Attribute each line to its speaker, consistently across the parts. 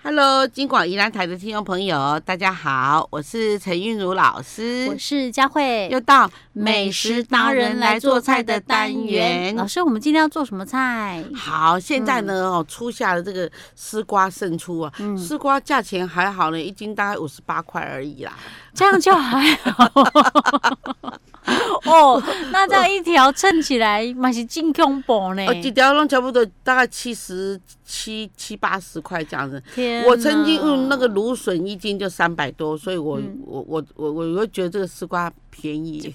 Speaker 1: Hello，金广宜兰台的听众朋友，大家好，我是陈韵如老
Speaker 2: 我
Speaker 1: 师，
Speaker 2: 是佳慧，
Speaker 1: 又到
Speaker 2: 老师，我们今天要做什么菜？
Speaker 1: 好，现在呢、
Speaker 2: 嗯
Speaker 1: 哦，出下了这个丝瓜胜出啊，丝瓜价钱还好呢，一斤大概五十八块而已啦。
Speaker 2: 这样就还好。 哦，那这样一条称起来，蛮是进恐怖呢
Speaker 1: 哦，。一条弄差不多大概七十七七八十块这样子。
Speaker 2: 天哪，
Speaker 1: 我曾经用那个芦笋一斤就三百多，所以我、
Speaker 2: 嗯
Speaker 1: 我我我我会觉得这个丝瓜便宜。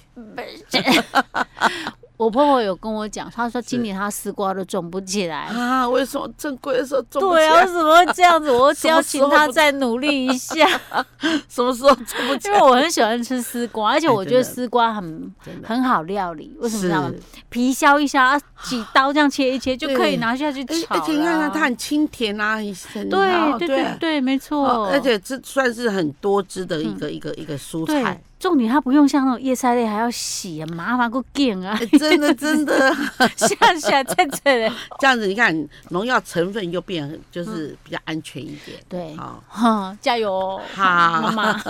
Speaker 2: 我婆婆有跟我讲，她说今年她丝瓜都种不起来。
Speaker 1: 啊，为什么正规的时候种不起
Speaker 2: 对啊，
Speaker 1: 来？
Speaker 2: 为什么会这样子？ 我只要
Speaker 1: 什
Speaker 2: 请
Speaker 1: 么时候
Speaker 2: 她
Speaker 1: 不
Speaker 2: 再努力一下，
Speaker 1: 什么时候种不起
Speaker 2: 因
Speaker 1: 来
Speaker 2: 为？我很喜欢吃丝瓜，而且
Speaker 1: 哎
Speaker 2: 我觉得
Speaker 1: 真的
Speaker 2: 丝瓜很
Speaker 1: 真的
Speaker 2: 很好料理。为什么你知道吗
Speaker 1: 是？
Speaker 2: 皮削一削，啊几刀这样切一切就可
Speaker 1: 对
Speaker 2: 以拿下去
Speaker 1: 哎
Speaker 2: 炒
Speaker 1: 而且你看它，
Speaker 2: 啦
Speaker 1: 它很清甜啊，很很好
Speaker 2: 对对对对，没
Speaker 1: 哦
Speaker 2: 错。
Speaker 1: 而且这算是很多汁的一个一个一个蔬
Speaker 2: 对
Speaker 1: 菜，，
Speaker 2: 重点它不用像那种叶菜类还要洗，很麻烦够劲 啊
Speaker 1: 哎，真的真的
Speaker 2: 下下在这里。
Speaker 1: 这样子，你看农药成分又变很，就是比较安全一点。
Speaker 2: 嗯对，
Speaker 1: 好，
Speaker 2: 哈，加油哦，
Speaker 1: 好
Speaker 2: 妈妈。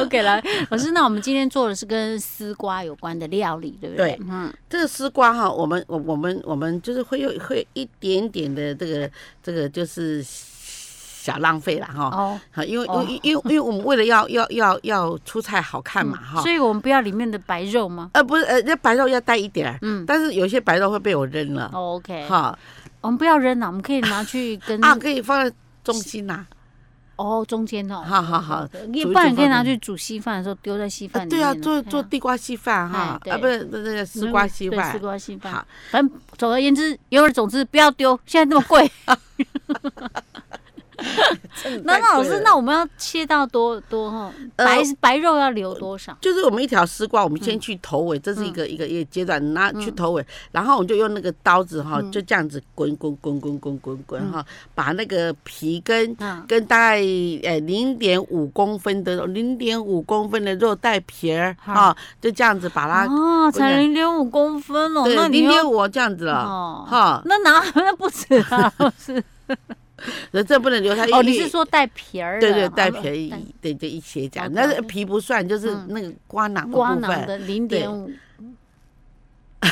Speaker 2: OK 了，老师，那我们今天做的是跟丝瓜有关的料理，对不对？
Speaker 1: 对
Speaker 2: 嗯，
Speaker 1: 这个丝瓜哈，我们我我们我们就是会有会有一点点的这个这个就是小浪费啦哈。
Speaker 2: 哦，
Speaker 1: 好，因为因
Speaker 2: 哦
Speaker 1: 为因为因为我们为了要要要要出菜好看嘛哈。
Speaker 2: 嗯所以我们不要里面的白肉吗？
Speaker 1: 呃，不是，呃，那白肉要带一点儿，
Speaker 2: 嗯
Speaker 1: 但是有些白肉会被我扔了，
Speaker 2: 哦，OK，
Speaker 1: 哈、
Speaker 2: 我们不要扔了，啊我们可以拿去跟
Speaker 1: 啊，可以放在中心呐、
Speaker 2: 哦中间哦，
Speaker 1: 好好好
Speaker 2: 你
Speaker 1: 煮一
Speaker 2: 不然
Speaker 1: 煮
Speaker 2: 你可以
Speaker 1: 放
Speaker 2: 拿
Speaker 1: 着
Speaker 2: 去煮稀饭的时候丢在稀
Speaker 1: 呃
Speaker 2: 饭里
Speaker 1: 对
Speaker 2: 面
Speaker 1: 啊，
Speaker 2: 啊。
Speaker 1: 做做地瓜稀饭哈，
Speaker 2: 哎
Speaker 1: 啊，不是那那个丝瓜稀
Speaker 2: 对
Speaker 1: 饭
Speaker 2: 丝，瓜稀饭
Speaker 1: 好，
Speaker 2: 反正总而言之，言而总之，不要丢，现在那么贵。 那那老师，那我们要切到多多哈？
Speaker 1: 呃
Speaker 2: 白白肉要留多少？
Speaker 1: 就是我们一条丝瓜，我们先去头尾，这是一个一个一个阶段，那去头尾，然后我们就用那个刀子哈，就这样子滚滚滚滚滚滚滚哈，把那个皮跟
Speaker 2: 嗯
Speaker 1: 跟大概呃零点五公分的零点五公分的肉带皮儿哈，就这样子把它
Speaker 2: 哦，才
Speaker 1: 跟
Speaker 2: 零点五公分哦，
Speaker 1: 对
Speaker 2: 那你
Speaker 1: 零
Speaker 2: 要
Speaker 1: 点五这样子了
Speaker 2: 哦，
Speaker 1: 哈，
Speaker 2: 那哪 那不止啊，老 师。
Speaker 1: 人这不能留下
Speaker 2: 哦，
Speaker 1: 因为
Speaker 2: 你是说带皮儿的？
Speaker 1: 对对，
Speaker 2: 好
Speaker 1: 带
Speaker 2: 吧
Speaker 1: 皮而已
Speaker 2: 带，哦
Speaker 1: 对对一起讲，
Speaker 2: OK
Speaker 1: 但是皮不算，就是
Speaker 2: 嗯
Speaker 1: 那个瓜囊的
Speaker 2: 瓜
Speaker 1: 部
Speaker 2: 囊
Speaker 1: 分。
Speaker 2: 的零点五。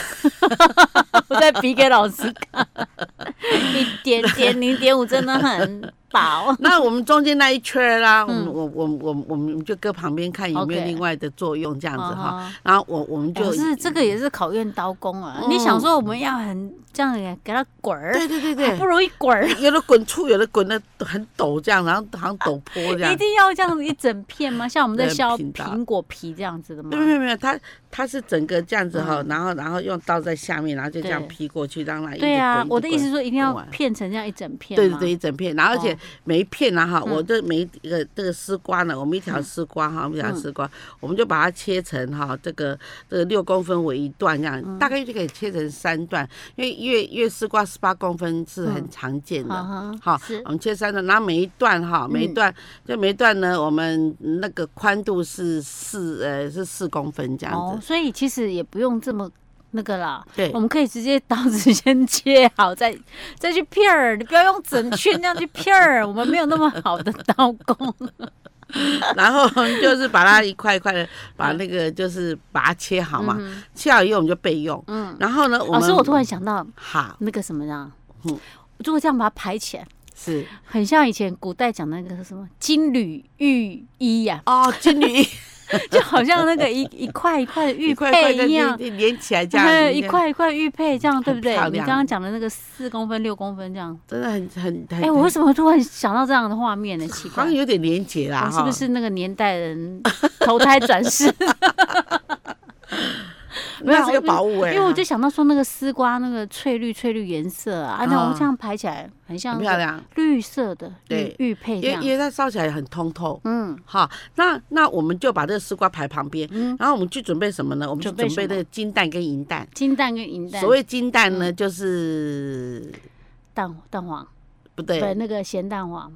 Speaker 2: 我再比给老师看，一点点零点五真的很薄。
Speaker 1: 那我们中间那一圈儿啦，我
Speaker 2: 嗯
Speaker 1: 们我我我我们就搁旁边看有没有
Speaker 2: OK
Speaker 1: 另外的作 用，这样子哈。
Speaker 2: 啊哈
Speaker 1: 然后我我们就
Speaker 2: 可是这个也是考验刀工啊！
Speaker 1: 嗯
Speaker 2: 你想说我们要很这样给给它滚儿，
Speaker 1: 对对对
Speaker 2: 不
Speaker 1: 对，
Speaker 2: 容易滚儿，
Speaker 1: 有的滚出，有的滚的很陡这样，然后好像陡坡这样
Speaker 2: 一。定要这样子一整片吗？像我们在
Speaker 1: 对
Speaker 2: 削
Speaker 1: 平的
Speaker 2: 苹果皮这样子的吗
Speaker 1: 没有？没有没有，它它是整个这样子哈，然后然后用刀在下面，然后就这样
Speaker 2: 嗯对
Speaker 1: 劈过去，让它一直
Speaker 2: 对啊，
Speaker 1: 滚
Speaker 2: 我的意思是，说一定要
Speaker 1: 滚啊
Speaker 2: 片成这样一整
Speaker 1: 一
Speaker 2: 片
Speaker 1: 直滚对
Speaker 2: 吗
Speaker 1: 对对，一整片，然后而且
Speaker 2: 哦
Speaker 1: 每一片呢哈，
Speaker 2: 嗯
Speaker 1: 我这每一个这个丝瓜呢，我们一条丝瓜哈，我
Speaker 2: 嗯
Speaker 1: 们一条丝瓜，我们就把它切成哈，这个这个六公分为一段这
Speaker 2: 嗯
Speaker 1: 样，大概就可以切成三段，因为因为因为丝瓜十八公分是很常见
Speaker 2: 啊
Speaker 1: 的。
Speaker 2: 哈
Speaker 1: 好
Speaker 2: 是，嗯
Speaker 1: 我们切三段，然后每一段哈，每一段就每一段呢，我们那个宽度是四呃是四公分这样
Speaker 2: 哦，
Speaker 1: 子，
Speaker 2: 所以其实也不用这么那个啦。
Speaker 1: 对
Speaker 2: 我，们可以直接刀子先切好，再再去片儿。你不要用整圈这样去 片儿，我们没有那么好的刀工。
Speaker 1: 然 后我们就是把它一块一块的把那个就是把它切好嘛，切好以后我们就备用。
Speaker 2: 嗯
Speaker 1: 然后呢，我
Speaker 2: 老
Speaker 1: 们
Speaker 2: 师，我突然想到
Speaker 1: 好
Speaker 2: 那个什么呀
Speaker 1: 嗯，
Speaker 2: 如果这样把它排起来，
Speaker 1: 是
Speaker 2: 很像以前古代讲那个什么金缕玉衣呀、
Speaker 1: 哦，金鱼
Speaker 2: 就好像那个一一块一块的玉
Speaker 1: 一块一块
Speaker 2: 佩
Speaker 1: 的
Speaker 2: 一样。
Speaker 1: 连连起来这样，
Speaker 2: 对， 一块一块玉佩这样，对不对？
Speaker 1: 漂
Speaker 2: 你
Speaker 1: 亮
Speaker 2: 刚刚讲的那个四公分、六公分这样，
Speaker 1: 真的很很很，
Speaker 2: 哎、我为什么突然想到这样的画面呢？奇
Speaker 1: 好
Speaker 2: 怪
Speaker 1: 像，有点连结啦，
Speaker 2: 我是
Speaker 1: 哈
Speaker 2: 不是那个年代人投胎 转世？没有
Speaker 1: 那是个宝物哎，
Speaker 2: 因为我就想到说那个丝瓜那个翠绿翠绿颜色啊，啊那
Speaker 1: 啊
Speaker 2: 我这样排起来很像
Speaker 1: 很
Speaker 2: 那
Speaker 1: 漂
Speaker 2: 个
Speaker 1: 亮，
Speaker 2: 绿色的
Speaker 1: 对
Speaker 2: 玉玉佩
Speaker 1: 因
Speaker 2: 这
Speaker 1: 为
Speaker 2: 样
Speaker 1: 因。为它烧起来很通透。
Speaker 2: 嗯，
Speaker 1: 好，那那我们就把这个丝瓜排旁边，
Speaker 2: 嗯
Speaker 1: 然后我们去准备什么呢？我们去
Speaker 2: 准备
Speaker 1: 准备
Speaker 2: 什么
Speaker 1: 那个金蛋跟银蛋。
Speaker 2: 金蛋跟银蛋，嗯
Speaker 1: 所谓金蛋呢，就是
Speaker 2: 蛋蛋黄，
Speaker 1: 不对，
Speaker 2: 对，那个咸蛋黄，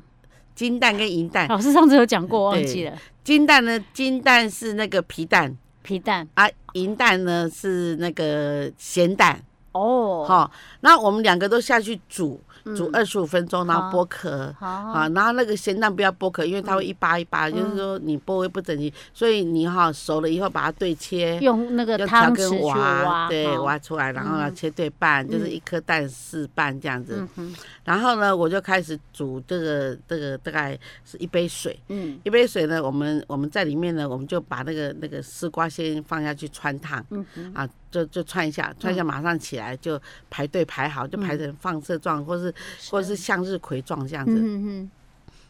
Speaker 1: 金蛋跟银蛋，
Speaker 2: 老师上次有讲过，忘
Speaker 1: 对
Speaker 2: 记了。
Speaker 1: 金蛋呢，金蛋是那个皮蛋
Speaker 2: 皮蛋
Speaker 1: 啊，银蛋呢是那个咸蛋，
Speaker 2: 哦，
Speaker 1: 好、那我们两个都下去煮，煮
Speaker 2: 嗯
Speaker 1: 二十五分钟，然后剥壳。
Speaker 2: 好，
Speaker 1: 啊，然后那个咸蛋不要剥壳，因为它会一扒一
Speaker 2: 嗯
Speaker 1: 扒，就是说你剥会不整齐，所以你哈、熟了以后把它对切，
Speaker 2: 用那个
Speaker 1: 用
Speaker 2: 汤
Speaker 1: 条
Speaker 2: 匙
Speaker 1: 跟
Speaker 2: 去
Speaker 1: 挖，对，
Speaker 2: 好
Speaker 1: 挖出来，然后呢切对半，就是一颗蛋四瓣这样子
Speaker 2: 嗯。哼
Speaker 1: 然后呢，我就开始煮这个这个大概是一杯水，
Speaker 2: 嗯
Speaker 1: 一杯水呢，我们我们在里面呢，我们就把那个那个丝瓜先放下去穿烫，
Speaker 2: 嗯哼
Speaker 1: 啊，就就串一下，串一下马上起来就排队排好，就排成放射状，或是或者是向日葵状这样子。
Speaker 2: 嗯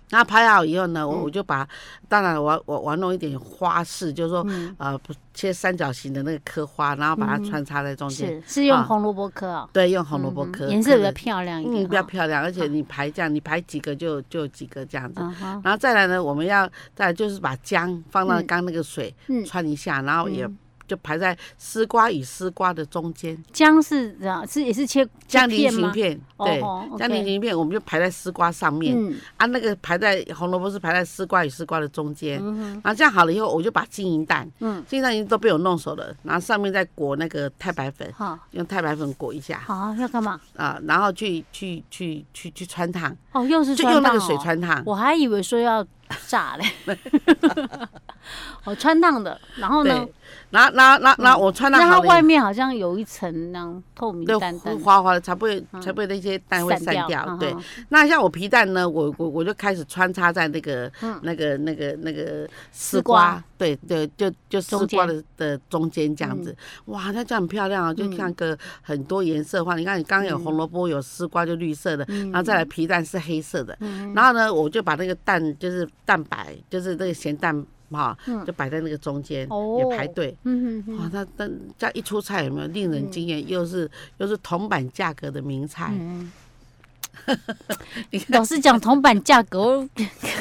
Speaker 1: 然后排好以后呢，我我就把，当然我我玩弄一点花式，就是说
Speaker 2: 哼嗯，
Speaker 1: 呃不切三角形的那个颗花，然后把它穿插在中间，
Speaker 2: 是是用
Speaker 1: 啊
Speaker 2: 红萝卜颗哦，
Speaker 1: 对，用红萝卜
Speaker 2: 嗯嗯哼
Speaker 1: 壳，
Speaker 2: 颜色
Speaker 1: 刻
Speaker 2: 比较
Speaker 1: 得
Speaker 2: 漂亮一点，
Speaker 1: 嗯比较
Speaker 2: 哈
Speaker 1: 漂亮，而且你排这样，你排几个就就几个这样子。
Speaker 2: 嗯哼，
Speaker 1: 然后再来呢，我们要再来就是把姜放到
Speaker 2: 嗯
Speaker 1: 刚那个水
Speaker 2: 嗯
Speaker 1: 穿一下，然后也就排在丝瓜与丝瓜的中间，
Speaker 2: 姜是这样，是也是切
Speaker 1: 姜
Speaker 2: 切
Speaker 1: 菱
Speaker 2: 片
Speaker 1: 形
Speaker 2: 吗？
Speaker 1: 片，
Speaker 2: 哦
Speaker 1: 对
Speaker 2: 哦，，OK
Speaker 1: 姜菱形片我们就排在丝瓜上面
Speaker 2: 嗯
Speaker 1: 啊，那个排在红萝卜是排在丝瓜与丝瓜的中间，
Speaker 2: 嗯哼
Speaker 1: 然后这样好了以后，我就把金银蛋，
Speaker 2: 嗯，
Speaker 1: 金银蛋已经都被我弄熟了，然后上面再裹那个太白粉，
Speaker 2: 好，
Speaker 1: 用太白粉裹一下
Speaker 2: 好要干嘛？
Speaker 1: 啊，然后去去去去去穿烫，
Speaker 2: 哦，又是
Speaker 1: 就
Speaker 2: 川
Speaker 1: 用那
Speaker 2: 烫
Speaker 1: 个水
Speaker 2: 哦
Speaker 1: 穿烫，
Speaker 2: 我还以为说要炸嘞， 哦，穿烫的，然后呢
Speaker 1: 对，，然后然后然后然后我穿烫
Speaker 2: 那
Speaker 1: 好
Speaker 2: 它
Speaker 1: 了以后
Speaker 2: 外。面好像有一层那样透明
Speaker 1: 对，
Speaker 2: 淡淡的，
Speaker 1: 滑滑的，才不会
Speaker 2: 嗯
Speaker 1: 才不会那些蛋会散掉。
Speaker 2: 嗯
Speaker 1: 对
Speaker 2: 哼，
Speaker 1: 那像我皮蛋呢，我我我就开始穿插在那个
Speaker 2: 嗯
Speaker 1: 那个那个那个
Speaker 2: 丝
Speaker 1: 丝
Speaker 2: 瓜
Speaker 1: 瓜，对对，就就丝
Speaker 2: 中间嗯
Speaker 1: 瓜的的中间这样子。哇，那这样很漂亮啊，就像个很多颜色的话，你看你刚刚有红萝卜，有丝瓜就绿色的，
Speaker 2: 嗯
Speaker 1: 然后再来皮蛋是黑色的，然后呢，我就把那个蛋就是蛋白，就是那个咸蛋哈
Speaker 2: 嗯，
Speaker 1: 就摆在那个中间，
Speaker 2: 哦
Speaker 1: 也排队。
Speaker 2: 嗯哼
Speaker 1: 哇，那那这样一出菜有没有令人惊艳？又是又是铜板价格的名菜，
Speaker 2: 嗯。老师讲铜板价格，我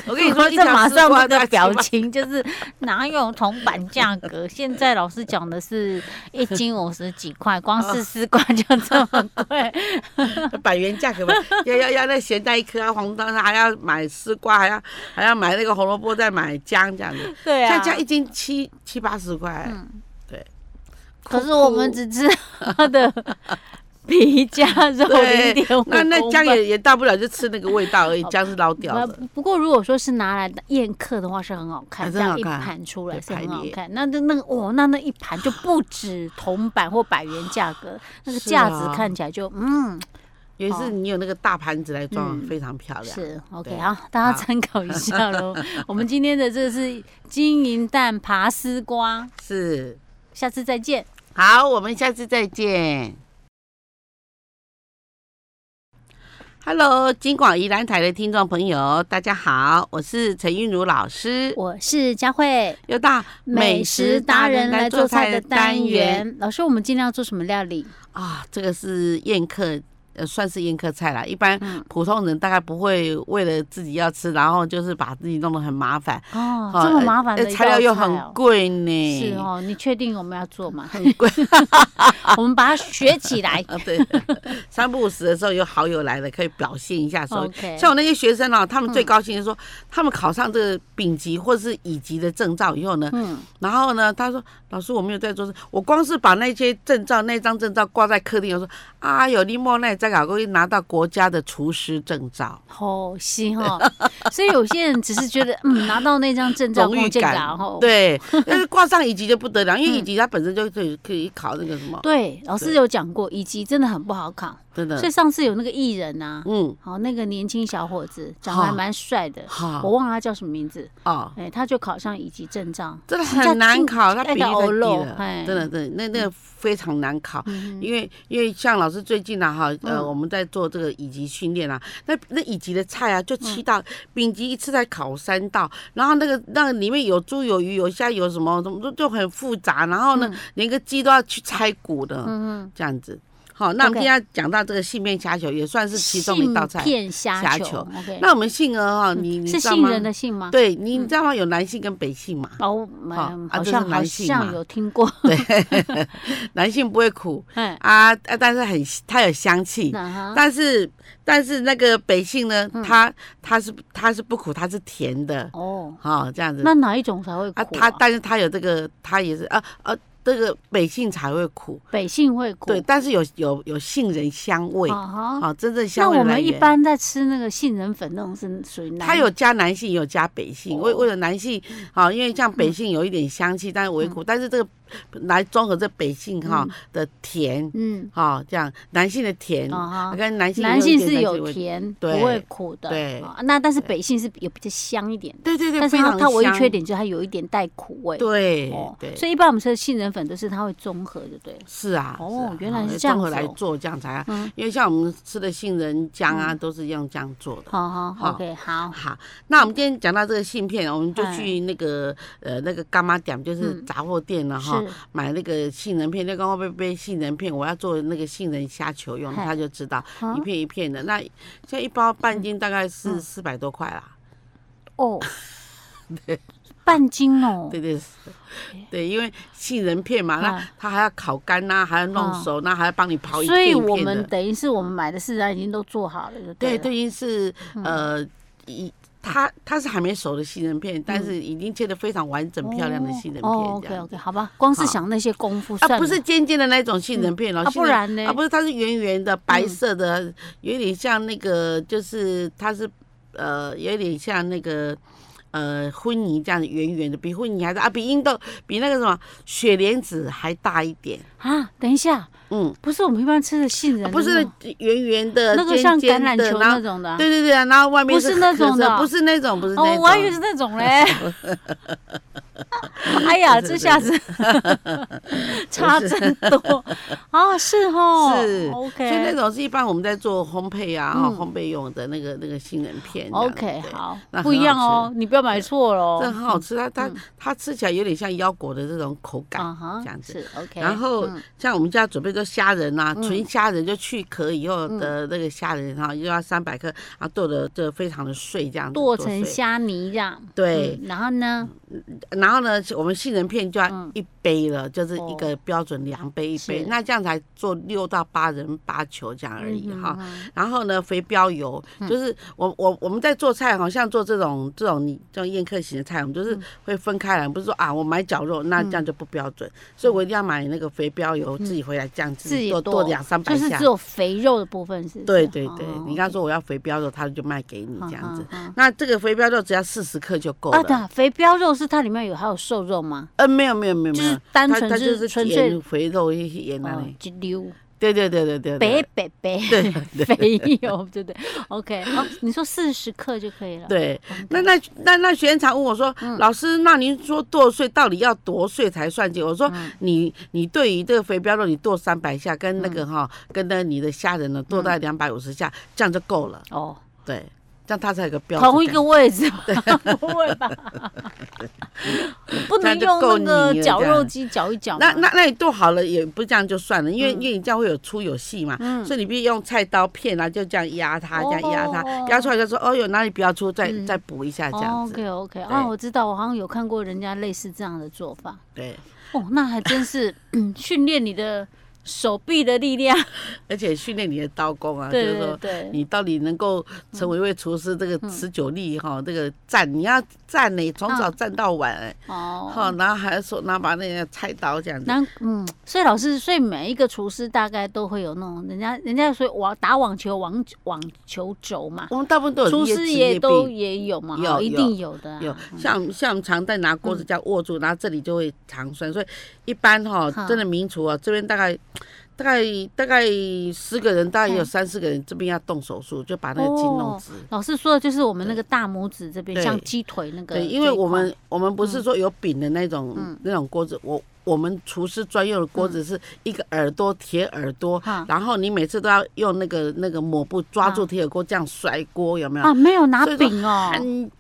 Speaker 1: 我跟你说，一
Speaker 2: 这马
Speaker 1: 条丝
Speaker 2: 上
Speaker 1: 瓜
Speaker 2: 那
Speaker 1: 大概
Speaker 2: 个
Speaker 1: 七
Speaker 2: 表
Speaker 1: 八
Speaker 2: 情就是哪有铜板价格？现在老师讲的是一斤五十几块，光
Speaker 1: 啊
Speaker 2: 是丝瓜就这么贵，
Speaker 1: 百元价格吧，要要要那咸蛋一颗啊，红糖还要买丝瓜，还要还要买那个红萝卜，再买姜这样子，
Speaker 2: 对啊嗯
Speaker 1: 像。这样一斤七七八十块，对。
Speaker 2: 可是我们只知道它的皮加肉零
Speaker 1: 对
Speaker 2: 点五公
Speaker 1: 那
Speaker 2: 分。
Speaker 1: 那姜也也大不了就吃那个味道而 已，姜是捞掉
Speaker 2: 那
Speaker 1: 的。
Speaker 2: 不过如果说是拿来的宴客的话，是很好看，
Speaker 1: 还
Speaker 2: 这
Speaker 1: 真好
Speaker 2: 样一
Speaker 1: 看
Speaker 2: 盘出来
Speaker 1: 对
Speaker 2: 是很
Speaker 1: 排
Speaker 2: 好
Speaker 1: 列
Speaker 2: 看。那那那个哦，那那一盘就不止铜板或百元价格，那个
Speaker 1: 是
Speaker 2: 价值
Speaker 1: 啊
Speaker 2: 看起来就嗯
Speaker 1: 有一次你有那个大盘子来装
Speaker 2: 嗯，
Speaker 1: 非常漂亮。
Speaker 2: 是 OK
Speaker 1: 对
Speaker 2: 好，大家
Speaker 1: 好
Speaker 2: 参考一下喽。我们今天的这是金银蛋爬丝瓜，
Speaker 1: 是，
Speaker 2: 下次再见。
Speaker 1: 好，我们下次再见。Hello，金广宜兰台的听众朋友，大家好，我是陈韵如老师，
Speaker 2: 我是佳慧。
Speaker 1: 又到
Speaker 2: 美食达人来做菜的单元。老师，我们今天要做什么料理？
Speaker 1: 啊，这个是宴客。呃，算是宴客菜啦。一般
Speaker 2: 嗯
Speaker 1: 普通人大概不会为了自己要吃，然后就是把自己弄得很麻烦，
Speaker 2: 哦，
Speaker 1: 啊
Speaker 2: 这么麻烦
Speaker 1: 呃
Speaker 2: 的一道
Speaker 1: 材料又
Speaker 2: 菜
Speaker 1: 很
Speaker 2: 哦
Speaker 1: 贵呢。
Speaker 2: 是，哦，你确定我们要做吗？
Speaker 1: 很贵。
Speaker 2: 我们把它学起来。
Speaker 1: 啊，对， 三不五时的时候有好友来了，可以表现一下手艺。
Speaker 2: OK，嗯
Speaker 1: 像我那些学生啊，他们最高兴的是说，他们考上这个丙级或是乙级的证照以后呢，
Speaker 2: 嗯，
Speaker 1: 然后呢，他说老师我没有在做事，我光是把那些证照那张证照挂在客厅，我说啊有你莫奈在搞过去拿到国家的厨师证照，
Speaker 2: 好心哈。所以有些人只是觉得，嗯，拿到那张证照
Speaker 1: 荣誉
Speaker 2: 证
Speaker 1: 感
Speaker 2: 然后
Speaker 1: 对，但是挂上乙级就不得了， 因为乙级它本身就可以可以考那个什么，
Speaker 2: 对，老师
Speaker 1: 对
Speaker 2: 有讲过，以及真的很不好考。
Speaker 1: 真
Speaker 2: 所以
Speaker 1: 的，
Speaker 2: 上次有那个艺人啊，
Speaker 1: 嗯，
Speaker 2: 好那个年轻小伙子长得还
Speaker 1: 好
Speaker 2: 蛮帅的，我
Speaker 1: 好
Speaker 2: 忘了他叫什么名字，
Speaker 1: 哦。
Speaker 2: 哎，他就考上乙级证照，
Speaker 1: 真的
Speaker 2: 人家
Speaker 1: 很难
Speaker 2: 进
Speaker 1: 考，它
Speaker 2: 哎
Speaker 1: 比例
Speaker 2: 那
Speaker 1: 太
Speaker 2: 欧
Speaker 1: 低
Speaker 2: 肉
Speaker 1: 了
Speaker 2: 哎，
Speaker 1: 真的，真的，那那个非常难考。
Speaker 2: 嗯哼
Speaker 1: 因为因为像老师最近呢、哈，呃，
Speaker 2: 嗯
Speaker 1: 我们在做这个乙级训练啊，那那乙级的菜
Speaker 2: 嗯
Speaker 1: 啊，就七道，丙级一次才烤三道，然后那个那个里面有猪有鱼有虾有什么什么都就很复杂，然后呢，连个鸡都要去拆骨的，
Speaker 2: 嗯
Speaker 1: 这样子。好，那我
Speaker 2: OK
Speaker 1: 们今天讲到这个杏面虾球，也算
Speaker 2: 哼，
Speaker 1: 是其中一道菜
Speaker 2: 杏。片虾
Speaker 1: 虾
Speaker 2: 球
Speaker 1: 球
Speaker 2: ，OK，
Speaker 1: 那我们杏儿哈，你你
Speaker 2: 嗯是
Speaker 1: 知道
Speaker 2: 杏
Speaker 1: 吗？
Speaker 2: 仁的嗯杏吗？
Speaker 1: 对，你你知道吗？有南杏跟北杏嘛？
Speaker 2: 哦，
Speaker 1: 好
Speaker 2: 嗯
Speaker 1: 啊
Speaker 2: 好
Speaker 1: 这
Speaker 2: 像
Speaker 1: 是
Speaker 2: 好
Speaker 1: 男性
Speaker 2: 像
Speaker 1: 嘛
Speaker 2: 有 听过，
Speaker 1: 对，南杏不会苦
Speaker 2: 哎，
Speaker 1: 啊啊，但是很它有香气。
Speaker 2: 那哈
Speaker 1: 但是但是那个北杏呢，
Speaker 2: 嗯
Speaker 1: 它它是它是不苦，它是甜的，
Speaker 2: 哦，
Speaker 1: 哈、这样子。
Speaker 2: 那哪一种才会苦
Speaker 1: 啊，它
Speaker 2: 啊
Speaker 1: 但是它有这个，它也是啊啊，这个北杏才会苦，
Speaker 2: 北杏会苦。
Speaker 1: 对，但是有有有杏仁香味，
Speaker 2: 啊哈
Speaker 1: 好，真正
Speaker 2: 那
Speaker 1: 香味
Speaker 2: 我
Speaker 1: 来
Speaker 2: 们一
Speaker 1: 源。
Speaker 2: 般在吃那个杏仁粉那种是属于南，
Speaker 1: 它有加男性，也有加北性。为
Speaker 2: 哦嗯
Speaker 1: 为了男性，好、因为像北性有一点香气，但是微苦，但是这个来综合这北性哈、的甜，
Speaker 2: 嗯
Speaker 1: 哈、这样男性的甜，
Speaker 2: 啊哈，
Speaker 1: 跟男性
Speaker 2: 男性是
Speaker 1: 有一
Speaker 2: 有
Speaker 1: 点
Speaker 2: 甜不
Speaker 1: 对
Speaker 2: 会苦的，
Speaker 1: 对
Speaker 2: 啊那但是北杏是有比较香一点的，
Speaker 1: 对对对，
Speaker 2: 但是
Speaker 1: 非常
Speaker 2: 它它唯一
Speaker 1: 香
Speaker 2: 缺，点就是它有一点带苦味，
Speaker 1: 对、
Speaker 2: 哦
Speaker 1: 对，
Speaker 2: 所以一般我们吃的杏仁粉都是它会综合，就对了，
Speaker 1: 是啊，
Speaker 2: 哦
Speaker 1: 是啊
Speaker 2: 原来
Speaker 1: 好
Speaker 2: 是这样
Speaker 1: 综合
Speaker 2: 子
Speaker 1: 来
Speaker 2: 哦
Speaker 1: 做这样才，啊
Speaker 2: 嗯
Speaker 1: 因为像我们吃的杏仁浆啊，都是用这样做的。
Speaker 2: 好好
Speaker 1: 好
Speaker 2: ，OK，好，
Speaker 1: 好，那我们今天讲到这个杏片，我们就
Speaker 2: 哦哎
Speaker 1: 去那个呃那个干妈店，就是
Speaker 2: 嗯
Speaker 1: 杂货店了哈。
Speaker 2: 是
Speaker 1: 买那个杏仁片，就刚刚被被杏仁片，我要做那个杏仁虾球用，
Speaker 2: 嗨
Speaker 1: 他就知道
Speaker 2: 嗯
Speaker 1: 一片一片的。那现在一包半斤大概是四百多块啦，
Speaker 2: 哦， 半斤哦，
Speaker 1: 对对对，因为杏仁片嘛，那
Speaker 2: 嗯
Speaker 1: 它还要烤干呐，还要弄
Speaker 2: 嗯
Speaker 1: 熟，那还要帮你刨一
Speaker 2: 所
Speaker 1: 片
Speaker 2: 以
Speaker 1: 一
Speaker 2: 我
Speaker 1: 片
Speaker 2: 们
Speaker 1: 的。
Speaker 2: 等于是我们买的市场已经都做好了，就
Speaker 1: 对，
Speaker 2: 了
Speaker 1: 都已经是
Speaker 2: 嗯
Speaker 1: 呃一。它它是还没熟的杏仁片，但是已经切得非常完整漂亮的杏仁
Speaker 2: 嗯哦
Speaker 1: 片这
Speaker 2: ，OK
Speaker 1: 样。
Speaker 2: OK，好吧，光是
Speaker 1: 好
Speaker 2: 想那些功夫算
Speaker 1: 啊，
Speaker 2: 了，
Speaker 1: 不是尖尖的那种杏仁片哦，
Speaker 2: 啊，
Speaker 1: 杏
Speaker 2: 不
Speaker 1: 仁
Speaker 2: 然呢嗯
Speaker 1: 啊，？不是，它是圆圆的，白色的，有点像那个，就是它是呃，有点像那个呃婚泥这样圆圆的，比婚泥还大啊，比印度比那个什么雪莲子还大一点，
Speaker 2: 啊，等一下，
Speaker 1: 嗯，
Speaker 2: 不是我们一般吃的杏仁
Speaker 1: 啊
Speaker 2: 的那种，
Speaker 1: 不是圆圆的，
Speaker 2: 哦那个
Speaker 1: 尖
Speaker 2: 像橄
Speaker 1: 尖
Speaker 2: 榄
Speaker 1: 的
Speaker 2: 球
Speaker 1: 然
Speaker 2: 那
Speaker 1: 后
Speaker 2: 种的啊。
Speaker 1: 对对对啊，然后外面
Speaker 2: 不是那
Speaker 1: 褐
Speaker 2: 种
Speaker 1: 色
Speaker 2: 的
Speaker 1: 不是那种，不是那
Speaker 2: 哦，
Speaker 1: 种，
Speaker 2: 我还以为是那种 嘞。哎呀，
Speaker 1: 不是
Speaker 2: 这 下子差真多啊！是哦，
Speaker 1: 是所以那
Speaker 2: ，OK
Speaker 1: 种是一般我们在做烘焙啊、
Speaker 2: 嗯
Speaker 1: 烘焙用的那个那个杏仁片这样子。
Speaker 2: OK，
Speaker 1: 对
Speaker 2: 好
Speaker 1: 那，很
Speaker 2: 不一
Speaker 1: 好
Speaker 2: 样哦，你不要买错了
Speaker 1: 这很
Speaker 2: 哦。
Speaker 1: 好吃，它它它吃起来有点像腰果的这种口感。
Speaker 2: 啊哈
Speaker 1: 这样子
Speaker 2: 是 OK。
Speaker 1: 然后
Speaker 2: 嗯
Speaker 1: 像我们家准备做虾仁啊，纯虾仁就去壳以后
Speaker 2: 嗯
Speaker 1: 的那个虾仁哈，又要三百克，啊剁的就非常的碎这样子，
Speaker 2: 剁成
Speaker 1: 碎。
Speaker 2: 虾泥这样，
Speaker 1: 对
Speaker 2: 嗯，然后呢，
Speaker 1: 然后呢，我们杏仁片就要
Speaker 2: 嗯
Speaker 1: 一杯了，就是一个
Speaker 2: 哦
Speaker 1: 标准量杯一杯
Speaker 2: 是，
Speaker 1: 那这样才做六到八人八球这样而已
Speaker 2: 嗯
Speaker 1: 哈。
Speaker 2: 嗯
Speaker 1: 然后呢，肥膘油就是我我我们在做菜，好像做这种这种你这种宴客型的菜，我们
Speaker 2: 嗯
Speaker 1: 就是会分开来，不是说啊我买绞肉，那这样就不标准，所以我一定要买那个肥膘油，自己回来这样
Speaker 2: 嗯自己
Speaker 1: 剁
Speaker 2: 剁
Speaker 1: 剁两三百
Speaker 2: 就是
Speaker 1: 下
Speaker 2: 只。有肥肉的部分是不是。
Speaker 1: 对对对
Speaker 2: 哦，
Speaker 1: 你刚说我要肥膘肉，他就卖给你这样子。。
Speaker 2: 嗯嗯嗯
Speaker 1: 那这个肥膘肉只要四十克就够
Speaker 2: 啊，对
Speaker 1: 了。
Speaker 2: 啊，肥膘肉是它里面有还有瘦肉吗？
Speaker 1: 嗯，没有没有没有
Speaker 2: 就
Speaker 1: 没
Speaker 2: 是
Speaker 1: 有，
Speaker 2: 单
Speaker 1: 它
Speaker 2: 纯
Speaker 1: 它就是是
Speaker 2: 纯粹
Speaker 1: 盐肥肉一些盐那
Speaker 2: 哦
Speaker 1: 里。
Speaker 2: 一溜
Speaker 1: 对对对对对。
Speaker 2: 白
Speaker 1: 对
Speaker 2: 白白
Speaker 1: 对
Speaker 2: 肥油，对不对？OK，哦，你说四十克就可以了。
Speaker 1: 对，
Speaker 2: OK，
Speaker 1: 那那那那学员常问我说：“
Speaker 2: 嗯
Speaker 1: 老师，那您说剁碎到底要多碎才算进？”我说：“
Speaker 2: 嗯
Speaker 1: 你你对于这个肥膘肉，你剁三百下，跟那
Speaker 2: 嗯
Speaker 1: 个哈、跟那你的虾仁呢，剁到两百五十下，这样就够了。
Speaker 2: 哦，
Speaker 1: 对，这样它才有个标准。”
Speaker 2: 同一个位置吧， 不会 吧？不能
Speaker 1: 这样就
Speaker 2: 用
Speaker 1: 够
Speaker 2: 那
Speaker 1: 泥了
Speaker 2: 个绞
Speaker 1: 这样
Speaker 2: 肉机绞一绞吗。
Speaker 1: 那
Speaker 2: 嗯
Speaker 1: 那那你剁好了也不这样就算了，因为、因为你这样会有粗有细嘛，所以你必须用菜刀片啊，就这样压它，这样压它，
Speaker 2: 哦
Speaker 1: 压出来就说哦哟哪里比较粗，再、
Speaker 2: 嗯
Speaker 1: 再补一下这样子，
Speaker 2: OK OK，啊，
Speaker 1: 对
Speaker 2: 我知道，我好像有看过人家类似这样的做法。
Speaker 1: 对，
Speaker 2: 哦，那还真是 嗯训练你的手臂的 力量。
Speaker 1: 而且训练你的刀工啊，
Speaker 2: 对
Speaker 1: 就是
Speaker 2: 对
Speaker 1: 说
Speaker 2: 对，嗯
Speaker 1: 你到底能够成为一位厨师，这个持久力哈，这个站你要站呢，从
Speaker 2: 嗯
Speaker 1: 早站到晚哎，
Speaker 2: 哦，
Speaker 1: 哈，然后还说拿把那个菜刀这样子，
Speaker 2: 那嗯，所以老师，所以每一个厨师大概都会有那种人家人家所以网打网球网网球肘嘛，
Speaker 1: 我们大部分都有
Speaker 2: 厨
Speaker 1: 业
Speaker 2: 师
Speaker 1: 职
Speaker 2: 也
Speaker 1: 业
Speaker 2: 都
Speaker 1: 病。
Speaker 2: 也有嘛，
Speaker 1: 有
Speaker 2: 哦一
Speaker 1: 有
Speaker 2: 定有的啊、
Speaker 1: 有像像我们常在拿锅
Speaker 2: 嗯
Speaker 1: 子这样握住，然后这里就会长酸，所以一般哈
Speaker 2: 好，
Speaker 1: 真的名厨啊，这边大概大概大概十个人，大概也有三四个人这边要动手术，就把那个筋弄直。
Speaker 2: 老师说的就是我们那个大拇指这边，
Speaker 1: 对
Speaker 2: 像鸡腿那个这
Speaker 1: 对，
Speaker 2: 一块。
Speaker 1: 因为我们我们不
Speaker 2: 嗯
Speaker 1: 是说有柄的那种、那种锅子，我我们厨师专用的锅子是一个耳朵铁耳朵，
Speaker 2: 嗯哈
Speaker 1: 然后你每次都要用那个那个抹布抓住铁耳锅这样甩锅，有没有？
Speaker 2: 啊没有拿
Speaker 1: 所以说
Speaker 2: 饼哦，
Speaker 1: 很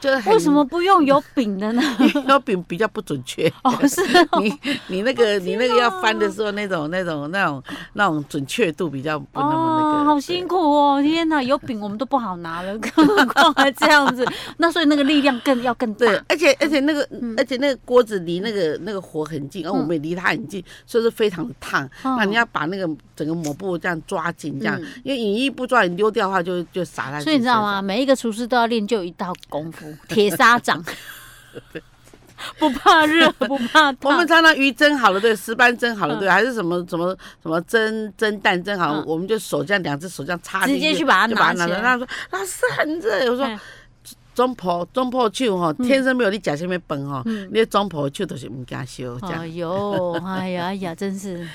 Speaker 1: 就是很
Speaker 2: 为什么不用有饼的呢？
Speaker 1: 因为有柄比较不准确？
Speaker 2: 哦，是 哦
Speaker 1: 你你那个你那个要翻的时候，那种那种那种那种准确度比较不那么那个。
Speaker 2: 哦，好辛苦哦！天哪，有饼我们都不好拿了，更何况还这样子。那所以那个力量更要更大
Speaker 1: 对，而且而且那个，
Speaker 2: 嗯
Speaker 1: 而且那个锅子离那个那个火很近，哦而我们也离它很近，所以是非常的烫。
Speaker 2: 哦
Speaker 1: 那你要把那个整个抹布这样抓紧，这样
Speaker 2: 嗯，
Speaker 1: 因为你一不抓，你丢掉的话就就洒在。
Speaker 2: 所以你知道吗？？每一个厨师都要练就一道功夫，铁砂掌。 不怕热，不怕
Speaker 1: 我们
Speaker 2: 烫。
Speaker 1: 常常鱼蒸好
Speaker 2: 嗯
Speaker 1: 了，对，石斑蒸好了，对，还是什么什么什么蒸蒸蛋蒸好了，
Speaker 2: 嗯
Speaker 1: 我们就手这样两只手这样插进
Speaker 2: 直接去把它
Speaker 1: 就把它拿
Speaker 2: 拿起
Speaker 1: 出
Speaker 2: 来
Speaker 1: 来。他说老师很热，我说
Speaker 2: 哎
Speaker 1: 中婆中婆手吼，
Speaker 2: 嗯
Speaker 1: 天生没有你假下面笨吼，你的中婆手都是唔敢修这样
Speaker 2: 哎。呦，哎呀，哎呀，真是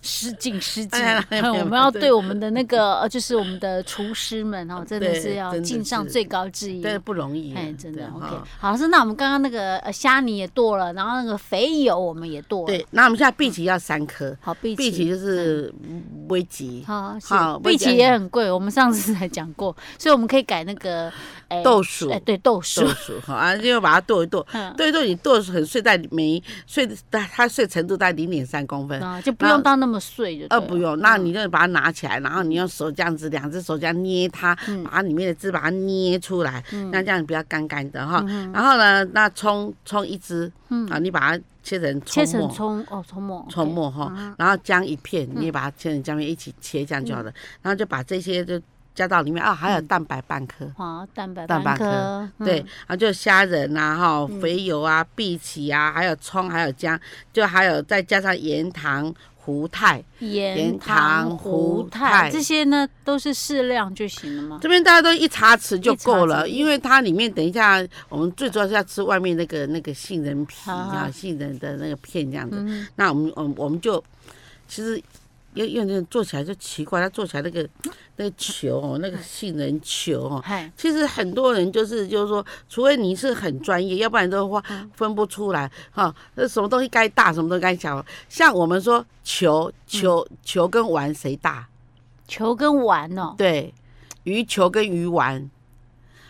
Speaker 2: 失敬失敬！
Speaker 1: 哎呀哎呀
Speaker 2: 我们要
Speaker 1: 对啊
Speaker 2: 对我们的那个，呃，就是我们的厨师们哦，真的是
Speaker 1: 对
Speaker 2: 要
Speaker 1: 真的
Speaker 2: 敬上
Speaker 1: 是
Speaker 2: 最高至意。
Speaker 1: 对，不容易啊。
Speaker 2: 哎，真的
Speaker 1: 对
Speaker 2: OK
Speaker 1: 哈。
Speaker 2: 好，是那我们刚刚那个呃虾泥也剁了，然后那个肥油我们也剁了。，
Speaker 1: 对，那我们现在碧琪要三颗，
Speaker 2: 好，碧
Speaker 1: 碧琪
Speaker 2: 琪，嗯
Speaker 1: 就是危急
Speaker 2: 好，是
Speaker 1: 好
Speaker 2: 碧
Speaker 1: 不讲
Speaker 2: 琪也很贵，我们上次才讲过，所以我们可以改那个哎
Speaker 1: 豆薯
Speaker 2: 哎，。对，豆薯
Speaker 1: 豆。薯哈，啊，就把它剁一剁，
Speaker 2: 嗯，
Speaker 1: 剁一剁，你剁得很碎，在每碎它它碎程度在零点三公分，
Speaker 2: 啊，就不
Speaker 1: 那
Speaker 2: 用到那么碎就对嗯
Speaker 1: 呃，
Speaker 2: 了
Speaker 1: 不用，那你就把它拿起来，然后你用手这样子，两只手这样捏它，
Speaker 2: 嗯
Speaker 1: 把它里面的汁把它捏出来，那这样比较干干的哈。
Speaker 2: 嗯
Speaker 1: 然后呢，那葱葱一只，啊，你把它切成
Speaker 2: 切
Speaker 1: 葱
Speaker 2: 成
Speaker 1: 末。
Speaker 2: 葱嗯哦，葱末，
Speaker 1: 葱末哈，然后姜一片，
Speaker 2: 嗯
Speaker 1: 你也把它切成姜片一起切，这样就好了。然后就把这些就加到里面啊，还有蛋白半颗，
Speaker 2: 对，好，蛋白
Speaker 1: 蛋白
Speaker 2: 斑颗，嗯
Speaker 1: 对，，然后就虾仁啊，哈，肥油啊，碧琪啊，还有葱，还有姜，就还有再加上盐、糖、胡太，
Speaker 2: 盐、
Speaker 1: 盐
Speaker 2: 糖、
Speaker 1: 糖
Speaker 2: 胡
Speaker 1: 胡
Speaker 2: 太
Speaker 1: 太
Speaker 2: 这些呢，都是适量就行了吗？
Speaker 1: 这边大家都一茶匙就够
Speaker 2: 一茶匙
Speaker 1: 了，因为它里面等一下我们最主要是要吃外面那个那个杏仁皮
Speaker 2: 好好
Speaker 1: 啊，杏仁的那个片这样子。
Speaker 2: 嗯，
Speaker 1: 那我们我们我们就其实有有点做起来就奇怪，它做起来那 个那个球哦，那个杏仁球哦。
Speaker 2: 嗨，
Speaker 1: 其实很多人就是就是说，除非你是很专业，要不然的话
Speaker 2: 嗯
Speaker 1: 分不出来哈。那什么东西该大，什么东西该小。像我们说球球
Speaker 2: 嗯
Speaker 1: 球跟碗谁大？
Speaker 2: 球跟丸哦，
Speaker 1: 对，鱼球跟鱼丸，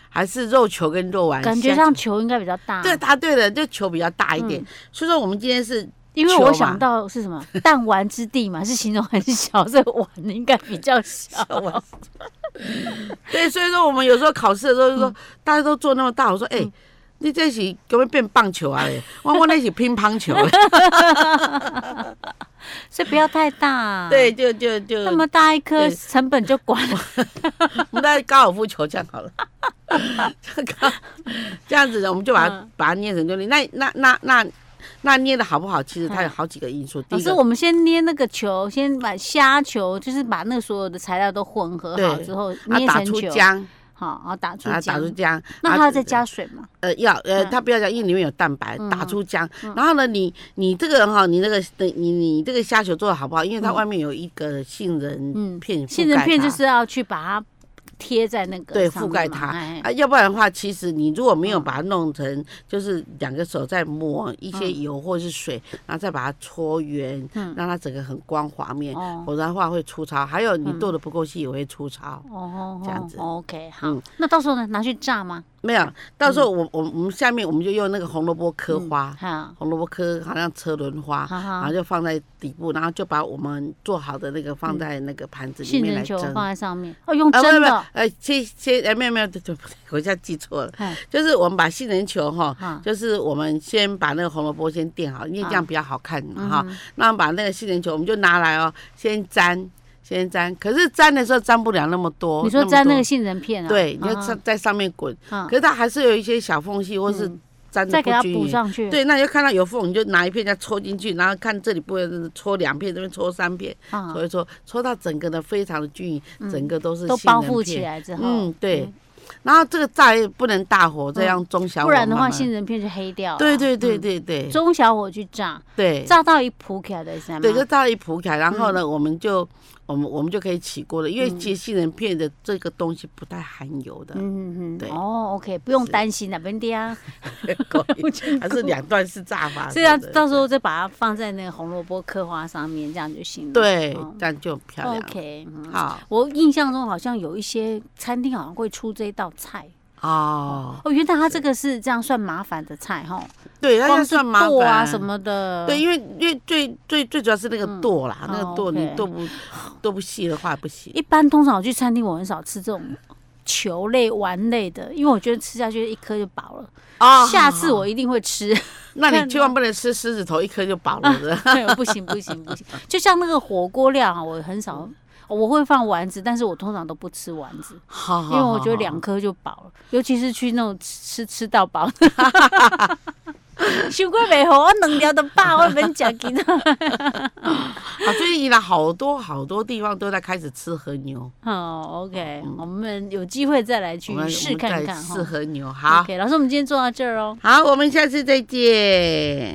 Speaker 1: 还是肉球跟肉丸，
Speaker 2: 感觉
Speaker 1: 虾
Speaker 2: 上嗯
Speaker 1: 球
Speaker 2: 球应该比较大，
Speaker 1: 哎对，答对了，就球比较大一点。所以说我们今天是
Speaker 2: 因为
Speaker 1: 球
Speaker 2: 我
Speaker 1: 嘛
Speaker 2: 想到是什么弹丸之地嘛，是形容很小，所以碗应该比较 小。
Speaker 1: 对，所以说我们有时候考试的时候就
Speaker 2: 嗯
Speaker 1: 说，大家都做那么大，我说哎。你这是给我变棒球啊 嘞！我我那是乒乓球啊嘞。
Speaker 2: 所以不要太大。
Speaker 1: 对，，就就就，
Speaker 2: 啊那么大一颗
Speaker 1: 对
Speaker 2: 成本就管了。
Speaker 1: 我们在高尔夫球这样 好了， 这样高这样子的，我们就把它、
Speaker 2: 嗯
Speaker 1: 把它捏成就捏。那那那那那捏的好不好？其实它有好几个因素。第
Speaker 2: 嗯老
Speaker 1: 一
Speaker 2: 师，
Speaker 1: 个
Speaker 2: 我们先捏那个球，先把虾球，就是把那所有的材料都混合好
Speaker 1: 对
Speaker 2: 之后
Speaker 1: 啊，
Speaker 2: 捏
Speaker 1: 打
Speaker 2: 成
Speaker 1: 出
Speaker 2: 球，
Speaker 1: 浆，
Speaker 2: 好，然后打出
Speaker 1: 把它打出
Speaker 2: 浆。
Speaker 1: 浆。
Speaker 2: 那
Speaker 1: 啊
Speaker 2: 还要再加水吗？
Speaker 1: 呃，要呃，
Speaker 2: 嗯
Speaker 1: 它不要加，因为里面有蛋白，
Speaker 2: 嗯
Speaker 1: 打出浆。然后呢，你你这个哈，你那个你你你这个虾球做的好不好？因为它
Speaker 2: 嗯
Speaker 1: 外面有一个杏仁片覆盖它，
Speaker 2: 杏仁片就是要去把它贴在那个
Speaker 1: 对
Speaker 2: 上面
Speaker 1: 覆盖
Speaker 2: 嘛
Speaker 1: 它
Speaker 2: 哎
Speaker 1: 啊，要不然的话，其实你如果没有
Speaker 2: 嗯
Speaker 1: 把它弄成，就是两个手在抹一些油或是水，然后再把它搓圆，
Speaker 2: 嗯
Speaker 1: 让它整个很光滑面，
Speaker 2: 哦
Speaker 1: 否则的话会粗糙。还有你
Speaker 2: 嗯
Speaker 1: 剁的不够细也会粗糙。
Speaker 2: 哦，
Speaker 1: 这样子
Speaker 2: 哦 OK，好
Speaker 1: 嗯。
Speaker 2: 那到时候呢，拿去炸吗？
Speaker 1: 没有，到时候
Speaker 2: 嗯
Speaker 1: 我我我们下面我们就用那个红萝卜科花，
Speaker 2: 好，
Speaker 1: 红萝卜科好像车轮花。
Speaker 2: 好
Speaker 1: 然
Speaker 2: 好
Speaker 1: 后。就放在底部，然后就把我们做好的那个放在那个盘子里
Speaker 2: 杏
Speaker 1: 面
Speaker 2: 仁
Speaker 1: 来
Speaker 2: 球
Speaker 1: 蒸。
Speaker 2: 放在上面，哦，用
Speaker 1: 啊，不
Speaker 2: 蒸
Speaker 1: 不
Speaker 2: 的
Speaker 1: 不
Speaker 2: 哦，，
Speaker 1: 呃，切切，哎，没有没有，对对， 不对我一下记错了，
Speaker 2: 哎，
Speaker 1: 就是我们把杏仁球哈，
Speaker 2: 啊
Speaker 1: 就是我们先把那个红萝卜先垫好，因为这样比较好看
Speaker 2: 嗯
Speaker 1: 嘛哈。那把那个杏仁球，我们就拿来哦，先粘，先粘。可是粘的时候粘不了那么多。
Speaker 2: 你说
Speaker 1: 么
Speaker 2: 沾那
Speaker 1: 多
Speaker 2: 个杏仁片啊？
Speaker 1: 对，你就
Speaker 2: 啊
Speaker 1: 在在上面滚，
Speaker 2: 啊
Speaker 1: 可是它还是有一些小缝隙，或是
Speaker 2: 嗯
Speaker 1: 粘的
Speaker 2: 再
Speaker 1: 不
Speaker 2: 给它
Speaker 1: 均
Speaker 2: 补
Speaker 1: 匀。
Speaker 2: 上去。
Speaker 1: 对，那你就看到有缝，你就拿一片再戳进去，然后看这里不能戳两片，这边戳三片，
Speaker 2: 啊，
Speaker 1: 所以说戳到整个的非常的均匀，整个都是
Speaker 2: 嗯都
Speaker 1: 杏
Speaker 2: 包
Speaker 1: 仁
Speaker 2: 覆
Speaker 1: 片
Speaker 2: 起。来之后，
Speaker 1: 嗯，对
Speaker 2: 嗯。
Speaker 1: 然后这个炸也不能大火，这样中小火
Speaker 2: 不然的
Speaker 1: 慢
Speaker 2: 话
Speaker 1: 慢
Speaker 2: 杏仁片就黑掉了。
Speaker 1: 对对对
Speaker 2: 嗯，
Speaker 1: 对对
Speaker 2: 中小火去炸，
Speaker 1: 对
Speaker 2: 炸嗯到一扑起来的是吗？
Speaker 1: 对，就炸一铺开，然后呢，我们就我们我们就可以起锅了，因为其实杏仁片的这个东西不太含油的，
Speaker 2: 嗯嗯嗯嗯，
Speaker 1: 对
Speaker 2: 哦，OK，不用担心啦，本地啊，
Speaker 1: 还是两段式炸法。
Speaker 2: 这样
Speaker 1: 对不对
Speaker 2: 到时候再把它放在那个红萝卜刻花上面，这样就行了。
Speaker 1: 对啊
Speaker 2: 哦，
Speaker 1: 这样就很漂亮了。
Speaker 2: ，OK，嗯
Speaker 1: 好
Speaker 2: 我印象中好像有一些餐厅好像会出这道菜
Speaker 1: 哦，
Speaker 2: 哦，原来它这个是这样算麻烦的菜哈，
Speaker 1: 对，那
Speaker 2: 光
Speaker 1: 就是算麻
Speaker 2: 剁
Speaker 1: 烦
Speaker 2: 啊什。么的，
Speaker 1: 对，因为因为最最最主要是那个剁啦，那
Speaker 2: 哦
Speaker 1: 个剁你
Speaker 2: OK
Speaker 1: 剁不剁不细的话不行。
Speaker 2: 一般通常我去餐厅，我很少吃这种球类、丸类的，因为我觉得吃下去一颗就饱了。
Speaker 1: 哦
Speaker 2: 下次我一定会吃。
Speaker 1: 那
Speaker 2: 看哦
Speaker 1: 你千
Speaker 2: 到
Speaker 1: 万不能吃狮子头，一颗就饱了 的。
Speaker 2: 对不行不行不行，就像那个火锅料啊，我很少。
Speaker 1: 嗯
Speaker 2: 我会放丸子，但是我通常都不吃丸子，
Speaker 1: 好
Speaker 2: 因
Speaker 1: 好
Speaker 2: 为我觉得
Speaker 1: 好
Speaker 2: 两颗就饱了，尤其是去那种吃吃吃到饱，伤过袂好，我两条都饱，我免食其 他。
Speaker 1: 啊，最近宜兰好多好多地方都在开始吃和牛，
Speaker 2: 好，OK，我们有机会再来
Speaker 1: 嗯
Speaker 2: 去
Speaker 1: 我们我
Speaker 2: 试
Speaker 1: 们
Speaker 2: 看
Speaker 1: 在
Speaker 2: 看哈
Speaker 1: 吃。和牛，好
Speaker 2: OK，老师，我们今天做到这儿哦。
Speaker 1: 好，我们下次再见。